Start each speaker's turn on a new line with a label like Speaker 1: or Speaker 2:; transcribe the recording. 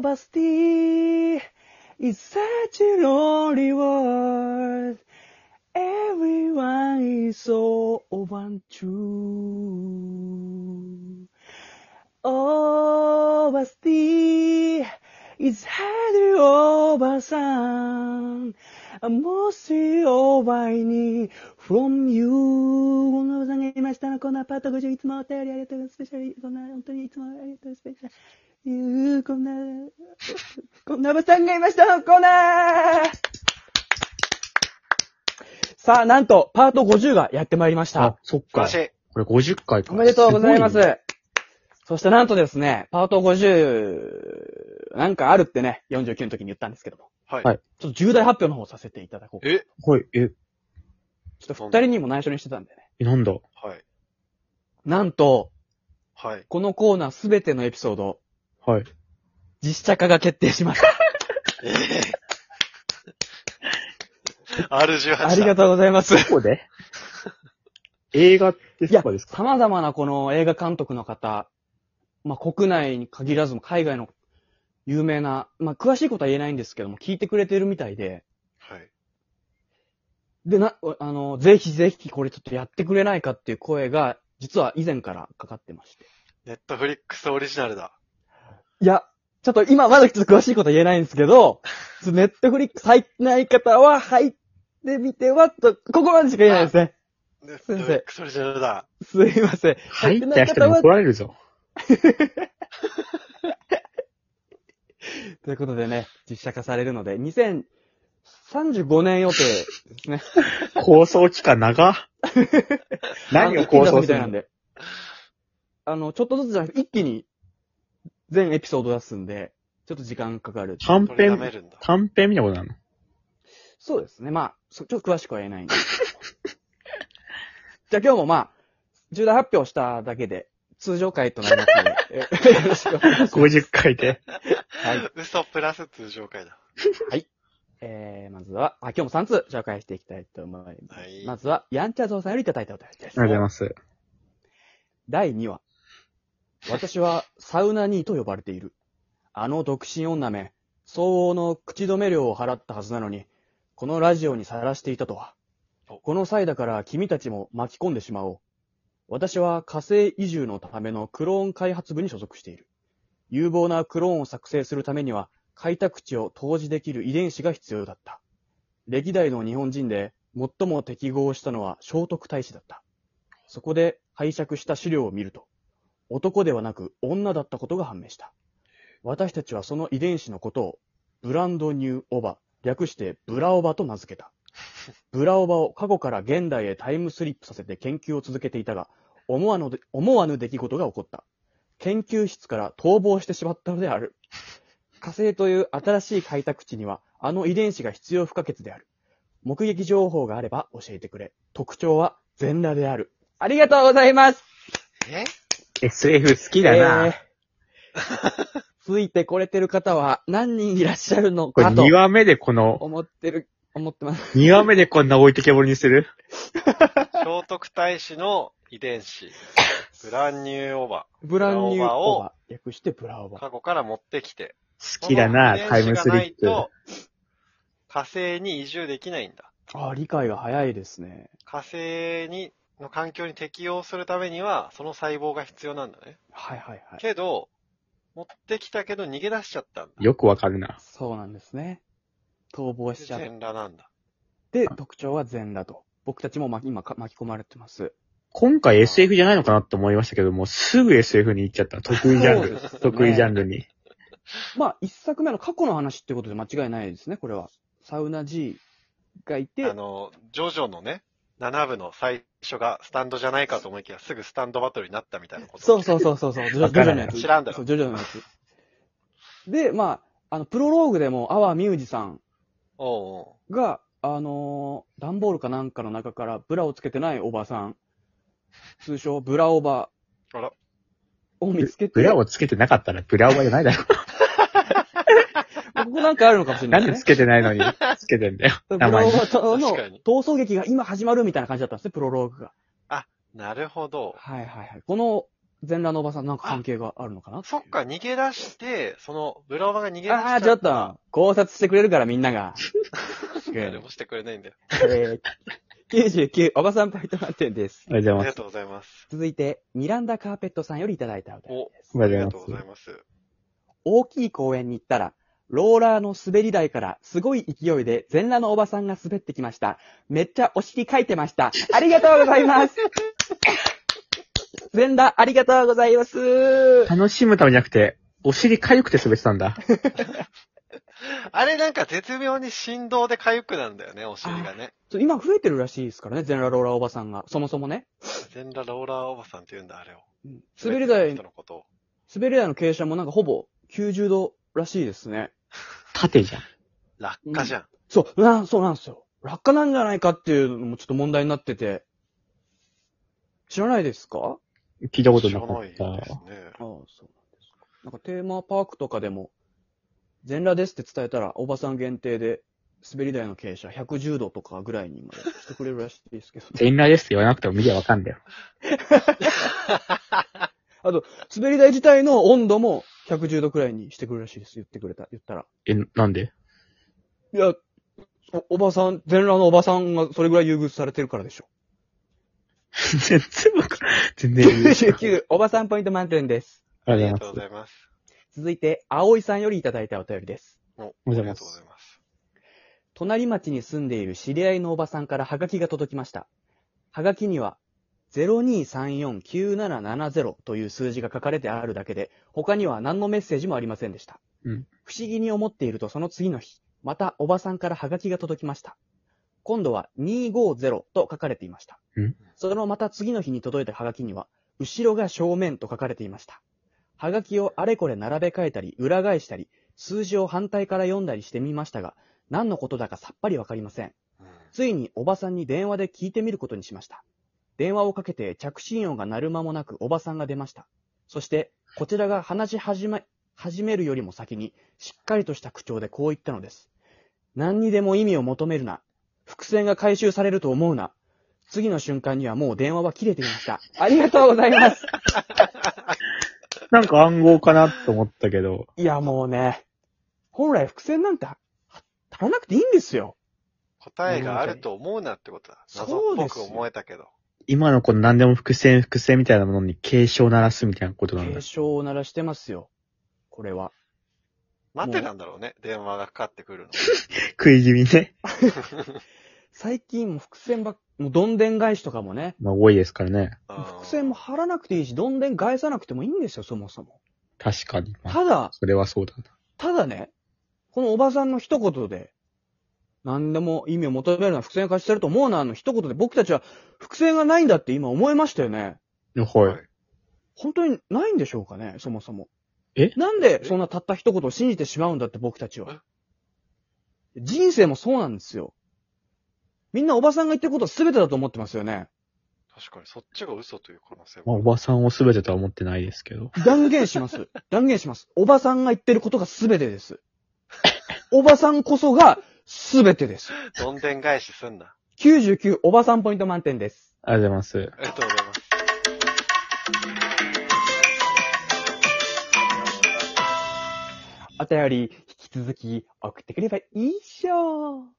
Speaker 1: バスティー is such a lonely world. Everyone is so untrue. Over still, it's hardly over sun. Mostly over me from you. この歌がりましたのコーナーパート50、いつもお便りありがとうございます。スペシャル、こんな、本当にいつもありがとうございます。スペシャル。ゆう、こんな、こんなおばさんがいましたのコーナーさあ、なんと、パート50がやってまいりました
Speaker 2: あ。、そっ
Speaker 3: 素晴
Speaker 2: から
Speaker 3: し。い。
Speaker 2: これ50回か。
Speaker 1: おめでとうございます
Speaker 2: ごね。
Speaker 1: す。そしてなんとですね、パート50、なんかあるってね、49の時に言ったんですけども。
Speaker 3: はい。
Speaker 2: はい
Speaker 1: ちょっと重大発表の方をさせていただこう。
Speaker 3: え
Speaker 2: はい、え、
Speaker 1: ちょっと二人にも内緒にしてたんでね。
Speaker 2: えなんだ
Speaker 3: はい。
Speaker 1: なんと、
Speaker 3: はい。
Speaker 1: このコーナーすべてのエピソード、
Speaker 2: はい。
Speaker 1: 実写化が決定しました。
Speaker 3: ええ R18 だ。
Speaker 1: ありがとうございます。
Speaker 2: ここで 映画って
Speaker 1: いや
Speaker 2: そうですか
Speaker 1: 様々なこの映画監督の方、まあ、国内に限らずも海外の有名な、まあ、詳しいことは言えないんですけども、聞いてくれてるみたいで、
Speaker 3: はい。
Speaker 1: で、な、あの、ぜひぜひこれちょっとやってくれないかっていう声が、実は以前からかかってまして。
Speaker 3: ネットフリックスオリジナルだ。
Speaker 1: いや、ちょっと今まだちょっと詳しいことは言えないんですけ ど、ちょっとネットフリックス入ってない方は入ってみては、と、ここまでしか言えないですね。
Speaker 3: ネット
Speaker 1: 生
Speaker 3: フリックスオリジナルだ。
Speaker 1: すいません。
Speaker 2: 入
Speaker 1: って
Speaker 2: っ
Speaker 1: ない
Speaker 2: た
Speaker 1: 方
Speaker 2: 人
Speaker 1: は
Speaker 2: に怒られるぞ。
Speaker 1: ということでね、実写化されるので、2035年予定ですね。
Speaker 2: 構想期間長。何を構
Speaker 1: あの
Speaker 2: 想
Speaker 1: 一気に出すみ
Speaker 2: す
Speaker 1: たい
Speaker 2: る
Speaker 1: なん
Speaker 2: の
Speaker 1: で。あの、ちょっとずつじゃなくて、一気に全エピソード出すんで、ちょっと時間かかる。
Speaker 2: 短
Speaker 3: 取りため
Speaker 2: 編、
Speaker 3: るんだ。
Speaker 2: 短編みたいなことなの
Speaker 1: そうですね。まあ、そちょっと詳しくは言えないんです けど。じゃあ今日もまあ、重大発表しただけで、通常回となりますので、 えよろしくお願いします。
Speaker 2: ?50 回で。
Speaker 1: はい。
Speaker 3: 嘘プラス通常回だ。
Speaker 1: えー、まずは、あ、今日も3通紹介していきたいと思います。
Speaker 3: はい
Speaker 1: まずは、やんちゃぞうさんよりいただいたお便りで
Speaker 2: ありがとうござい
Speaker 1: す。
Speaker 2: ます。
Speaker 1: 第2話。私はサウナ兄と呼ばれている。あの独身女め、相応の口止め料を払ったはずなのに、このラジオにさらしていたとは。
Speaker 3: お
Speaker 1: この際だから君たちも巻き込んでしまおう。私は火星移住のためのクローン開発部に所属している。有望なクローンを作成するためには、開拓地を投じできる遺伝子が必要だった。歴代の日本人で最も適合したのは聖徳太子だった。そこで拝借した資料を見ると、男ではなく女だったことが判明した。私たちはその遺伝子のことを、ブランドニューオバ、略してブラオバと名付けた。ブラオバを過去から現代へタイムスリップさせて研究を続けていたが、思わぬで思わぬ出来事が起こった。研究室から逃亡してしまったのである。火星という新しい開拓地には、あの遺伝子が必要不可欠である。目撃情報があれば教えてくれ。特徴は全裸である。ありがとうございます。
Speaker 3: え
Speaker 2: SF 好きだ
Speaker 1: えー
Speaker 2: な。
Speaker 1: ついてこれてる方は何人いらっしゃるの
Speaker 2: これ
Speaker 1: かと
Speaker 2: 2話目でこの、
Speaker 1: 思ってる、思ってます。
Speaker 2: 2話目でこんな置いてけぼりにする
Speaker 3: 聖徳太子の遺伝子。ブランニューオーバ
Speaker 1: ブランニュー
Speaker 3: ブラオ
Speaker 1: オー
Speaker 3: バ
Speaker 1: バー。略してブラオ
Speaker 3: ー。
Speaker 1: バ。
Speaker 3: 過去から持ってきて。
Speaker 2: 好きだな、タイムスリップ
Speaker 3: そ。の遺伝子がないと火星に移住できないんだ。
Speaker 1: あー理解が早いですね。
Speaker 3: 火星に、の環境に適応するためには、その細胞が必要なんだね。
Speaker 1: はいはいはい。
Speaker 3: けど、持ってきたけど逃げ出しちゃったんだ。
Speaker 2: よくわかるな。
Speaker 1: そうなんですね。逃亡しちゃっ
Speaker 3: 全裸なんだ。
Speaker 1: て、特徴は全裸と。僕たちもま今か巻き込まれてます。
Speaker 2: 今回 SF じゃないのかなって思いましたけども、すぐ SF に行っちゃった。得意ジャン
Speaker 1: そう
Speaker 2: ル。
Speaker 1: ですね
Speaker 2: 得意ジャンルに。
Speaker 1: まあ一作目の過去の話ってことで間違いないですね、これは。サウナ G がいて
Speaker 3: あ、の、ジョジョのね、7部の最初がスタンドじゃないかと思いきや、すぐスタンドバトルになったみたいなこと。
Speaker 1: そうそうそうそうそう、ジョ
Speaker 2: わ
Speaker 1: ジョ
Speaker 2: か
Speaker 1: ジョの
Speaker 2: らない
Speaker 1: やつ。
Speaker 3: 知らんだろ
Speaker 1: そう、ジョジョのやつ。で、まあ、あの、プロローグでも、阿波美宇治さん
Speaker 3: おうお
Speaker 1: が、あのー段ボールかなんかの中からブラをつけてないおばさん、通称ブラおば
Speaker 3: うあら、
Speaker 1: を見つけて、
Speaker 2: ブラをつけてなかったらブラオバじゃない だろ。
Speaker 1: ここなんかあるのかもしれな
Speaker 2: ないん
Speaker 1: で
Speaker 2: ですつ
Speaker 1: ね。
Speaker 2: けてないのに、つけてんだ よ。
Speaker 1: ブ
Speaker 2: 名
Speaker 1: ラ
Speaker 2: 前
Speaker 1: オ
Speaker 2: に
Speaker 1: バとの
Speaker 3: 確かに
Speaker 1: 逃走劇が今始まるみたいな感じだったんですね、プロローグが。
Speaker 3: なるほど。
Speaker 1: はいはいはい。この全裸のおばさんなんか関係があるのかな
Speaker 3: そっか、。逃げ出して、その、ブラオバが逃げ出し
Speaker 1: ああ、ちょっと、考察してくれるからみんな が。
Speaker 3: 誰もしてくれないんだよ。
Speaker 1: えー、99、おばさんパイトマンテンです。
Speaker 2: ありがとう
Speaker 3: あ
Speaker 2: ご
Speaker 3: り
Speaker 2: ざい
Speaker 3: が
Speaker 2: ます。
Speaker 3: とうござ
Speaker 1: 続
Speaker 3: います。
Speaker 1: いて、ミランダ・カーペットさんよりいただいたお便りです
Speaker 2: お。あ
Speaker 3: あ
Speaker 2: り
Speaker 3: り
Speaker 2: が
Speaker 3: が
Speaker 2: とう
Speaker 3: とう
Speaker 2: ござ
Speaker 3: ござ
Speaker 2: い
Speaker 3: います。
Speaker 1: 大きい公園に行ったら、ローラーの滑り台からすごい勢いで全裸のおばさんが滑ってきました。めっちゃお尻かいてました。ありがとうございます全裸ありがとうございます
Speaker 2: 楽しむためじゃなくて、お尻痒くて滑ってたんだ。
Speaker 3: あれなんか絶妙に振動で痒くなんだよね、お尻がね。
Speaker 1: そう今増えてるらしいですからね、全裸ローラーおばさんが。そもそもね。
Speaker 3: 全裸ローラーおばさんって言うんだ、あれを。
Speaker 1: 滑り
Speaker 3: 滑って
Speaker 1: 台
Speaker 3: る人、のことを
Speaker 1: 滑り台の傾斜もなんかほぼ90度らしいですね。
Speaker 2: 縦じゃん。
Speaker 3: 落下じゃん。
Speaker 1: そう、な、そうなんですよ。落下なんじゃないかっていうのもちょっと問題になってて。知らないですか
Speaker 2: 聞いたこと
Speaker 3: 知
Speaker 2: な
Speaker 3: ら
Speaker 2: か
Speaker 3: な
Speaker 2: っ
Speaker 3: いです
Speaker 2: た。
Speaker 3: ね
Speaker 1: ああ、そうなんですか。なんかテーマパークとかでも、全裸ですって伝えたら、おばさん限定で、滑り台の傾斜110度とかぐらいにまでしてくれるらしいですけど、
Speaker 2: 全裸ですって言わなくても見りゃわかんだよ。
Speaker 1: 滑り台自体の温度も110度くらいにしてくれるらしいです。言ってくれた、言ったら。
Speaker 2: え、なんで
Speaker 1: いや、おおばさん、全裸のおばさんがそれぐらい優遇されてるからでしょ。
Speaker 2: 全然わかん全然意味わかんない。
Speaker 1: 99、おばさんポイント満点です。
Speaker 2: あ
Speaker 3: あ
Speaker 2: り
Speaker 3: り
Speaker 2: が
Speaker 3: が
Speaker 2: と
Speaker 3: と
Speaker 2: う
Speaker 3: う
Speaker 2: ご
Speaker 3: ご
Speaker 2: ざい
Speaker 3: ざいます。
Speaker 1: 続いて、葵さんよりいただいたお便りです。
Speaker 3: おあ
Speaker 2: お
Speaker 3: り
Speaker 2: はようござい
Speaker 3: が
Speaker 2: ます
Speaker 3: とうございます。
Speaker 1: 隣町に住んでいる知り合いのおばさんからハガキが届きました。ハガキには、02349770という数字が書かれてあるだけで、他には何のメッセージもありませんでした。
Speaker 2: うん
Speaker 1: 不思議に思っているとその次の日、またおばさんからハガキが届きました。今度は250と書かれていました。
Speaker 2: うん
Speaker 1: そのまた次の日に届いたハガキには、後ろが正面と書かれていました。ハガキをあれこれ並べ替えたり、裏返したり、数字を反対から読んだりしてみましたが、何のことだかさっぱりわかりません。
Speaker 3: うん
Speaker 1: ついにおばさんに電話で聞いてみることにしました。電話をかけて着信音が鳴る間もなくおばさんが出ました。そして、こちらが話し始め、始めるよりも先に、しっかりとした口調でこう言ったのです。何にでも意味を求めるな。伏線が回収されると思うな。次の瞬間にはもう電話は切れていました。ありがとうございます。
Speaker 2: なんか暗号かなと思ったけど、
Speaker 1: いや、もうね、本来伏線なんては足らなくていいんですよ。
Speaker 3: 答えがあると思うなってことだ。謎っ
Speaker 1: そうで
Speaker 3: ぽ
Speaker 1: す
Speaker 3: く
Speaker 1: よ
Speaker 3: 思えたけど。
Speaker 2: 今のこの何でも伏線伏線みたいなものに警鐘を鳴らすみたいなことなんだ
Speaker 1: 警。鐘を鳴らしてますよ。これは。
Speaker 3: 待ってたんだろうね、電話がかかってくるの。
Speaker 2: 食い気味ね。
Speaker 1: 最近もう伏線ばっ、もうどんでん返しとかもね、
Speaker 2: まあ多いですからね。
Speaker 3: うん
Speaker 1: 伏線も張らなくていいし、どんでん返さなくてもいいんですよ、そもそも。
Speaker 2: 確かに。まあ
Speaker 1: ただ、
Speaker 2: それはそうだな。
Speaker 1: ただね、このおばさんの一言で、何でも意味を求めるのは伏線化してると思うな、あの一言で僕たちは伏線がないんだって今思いましたよね。
Speaker 2: はい。
Speaker 1: 本当にないんでしょうかね、そもそも。
Speaker 2: え
Speaker 1: なんでそんなたった一言を信じてしまうんだって僕たちは。人生もそうなんですよ。みんなおばさんが言ってることは全てだと思ってますよね。
Speaker 3: 確かに、そっちが嘘という可能性
Speaker 2: まあ
Speaker 3: も。
Speaker 2: おばさんを全てとは思ってないですけど。
Speaker 1: 断言します。断言します。おばさんが言ってることが全てです。おばさんこそが全てです。
Speaker 3: どんでん返しすんな。
Speaker 1: 99おばさんポイント満点です。
Speaker 2: ありがとうございます。
Speaker 3: ありがとうございます。
Speaker 1: お便り、引き続き送ってくればいいっしょー。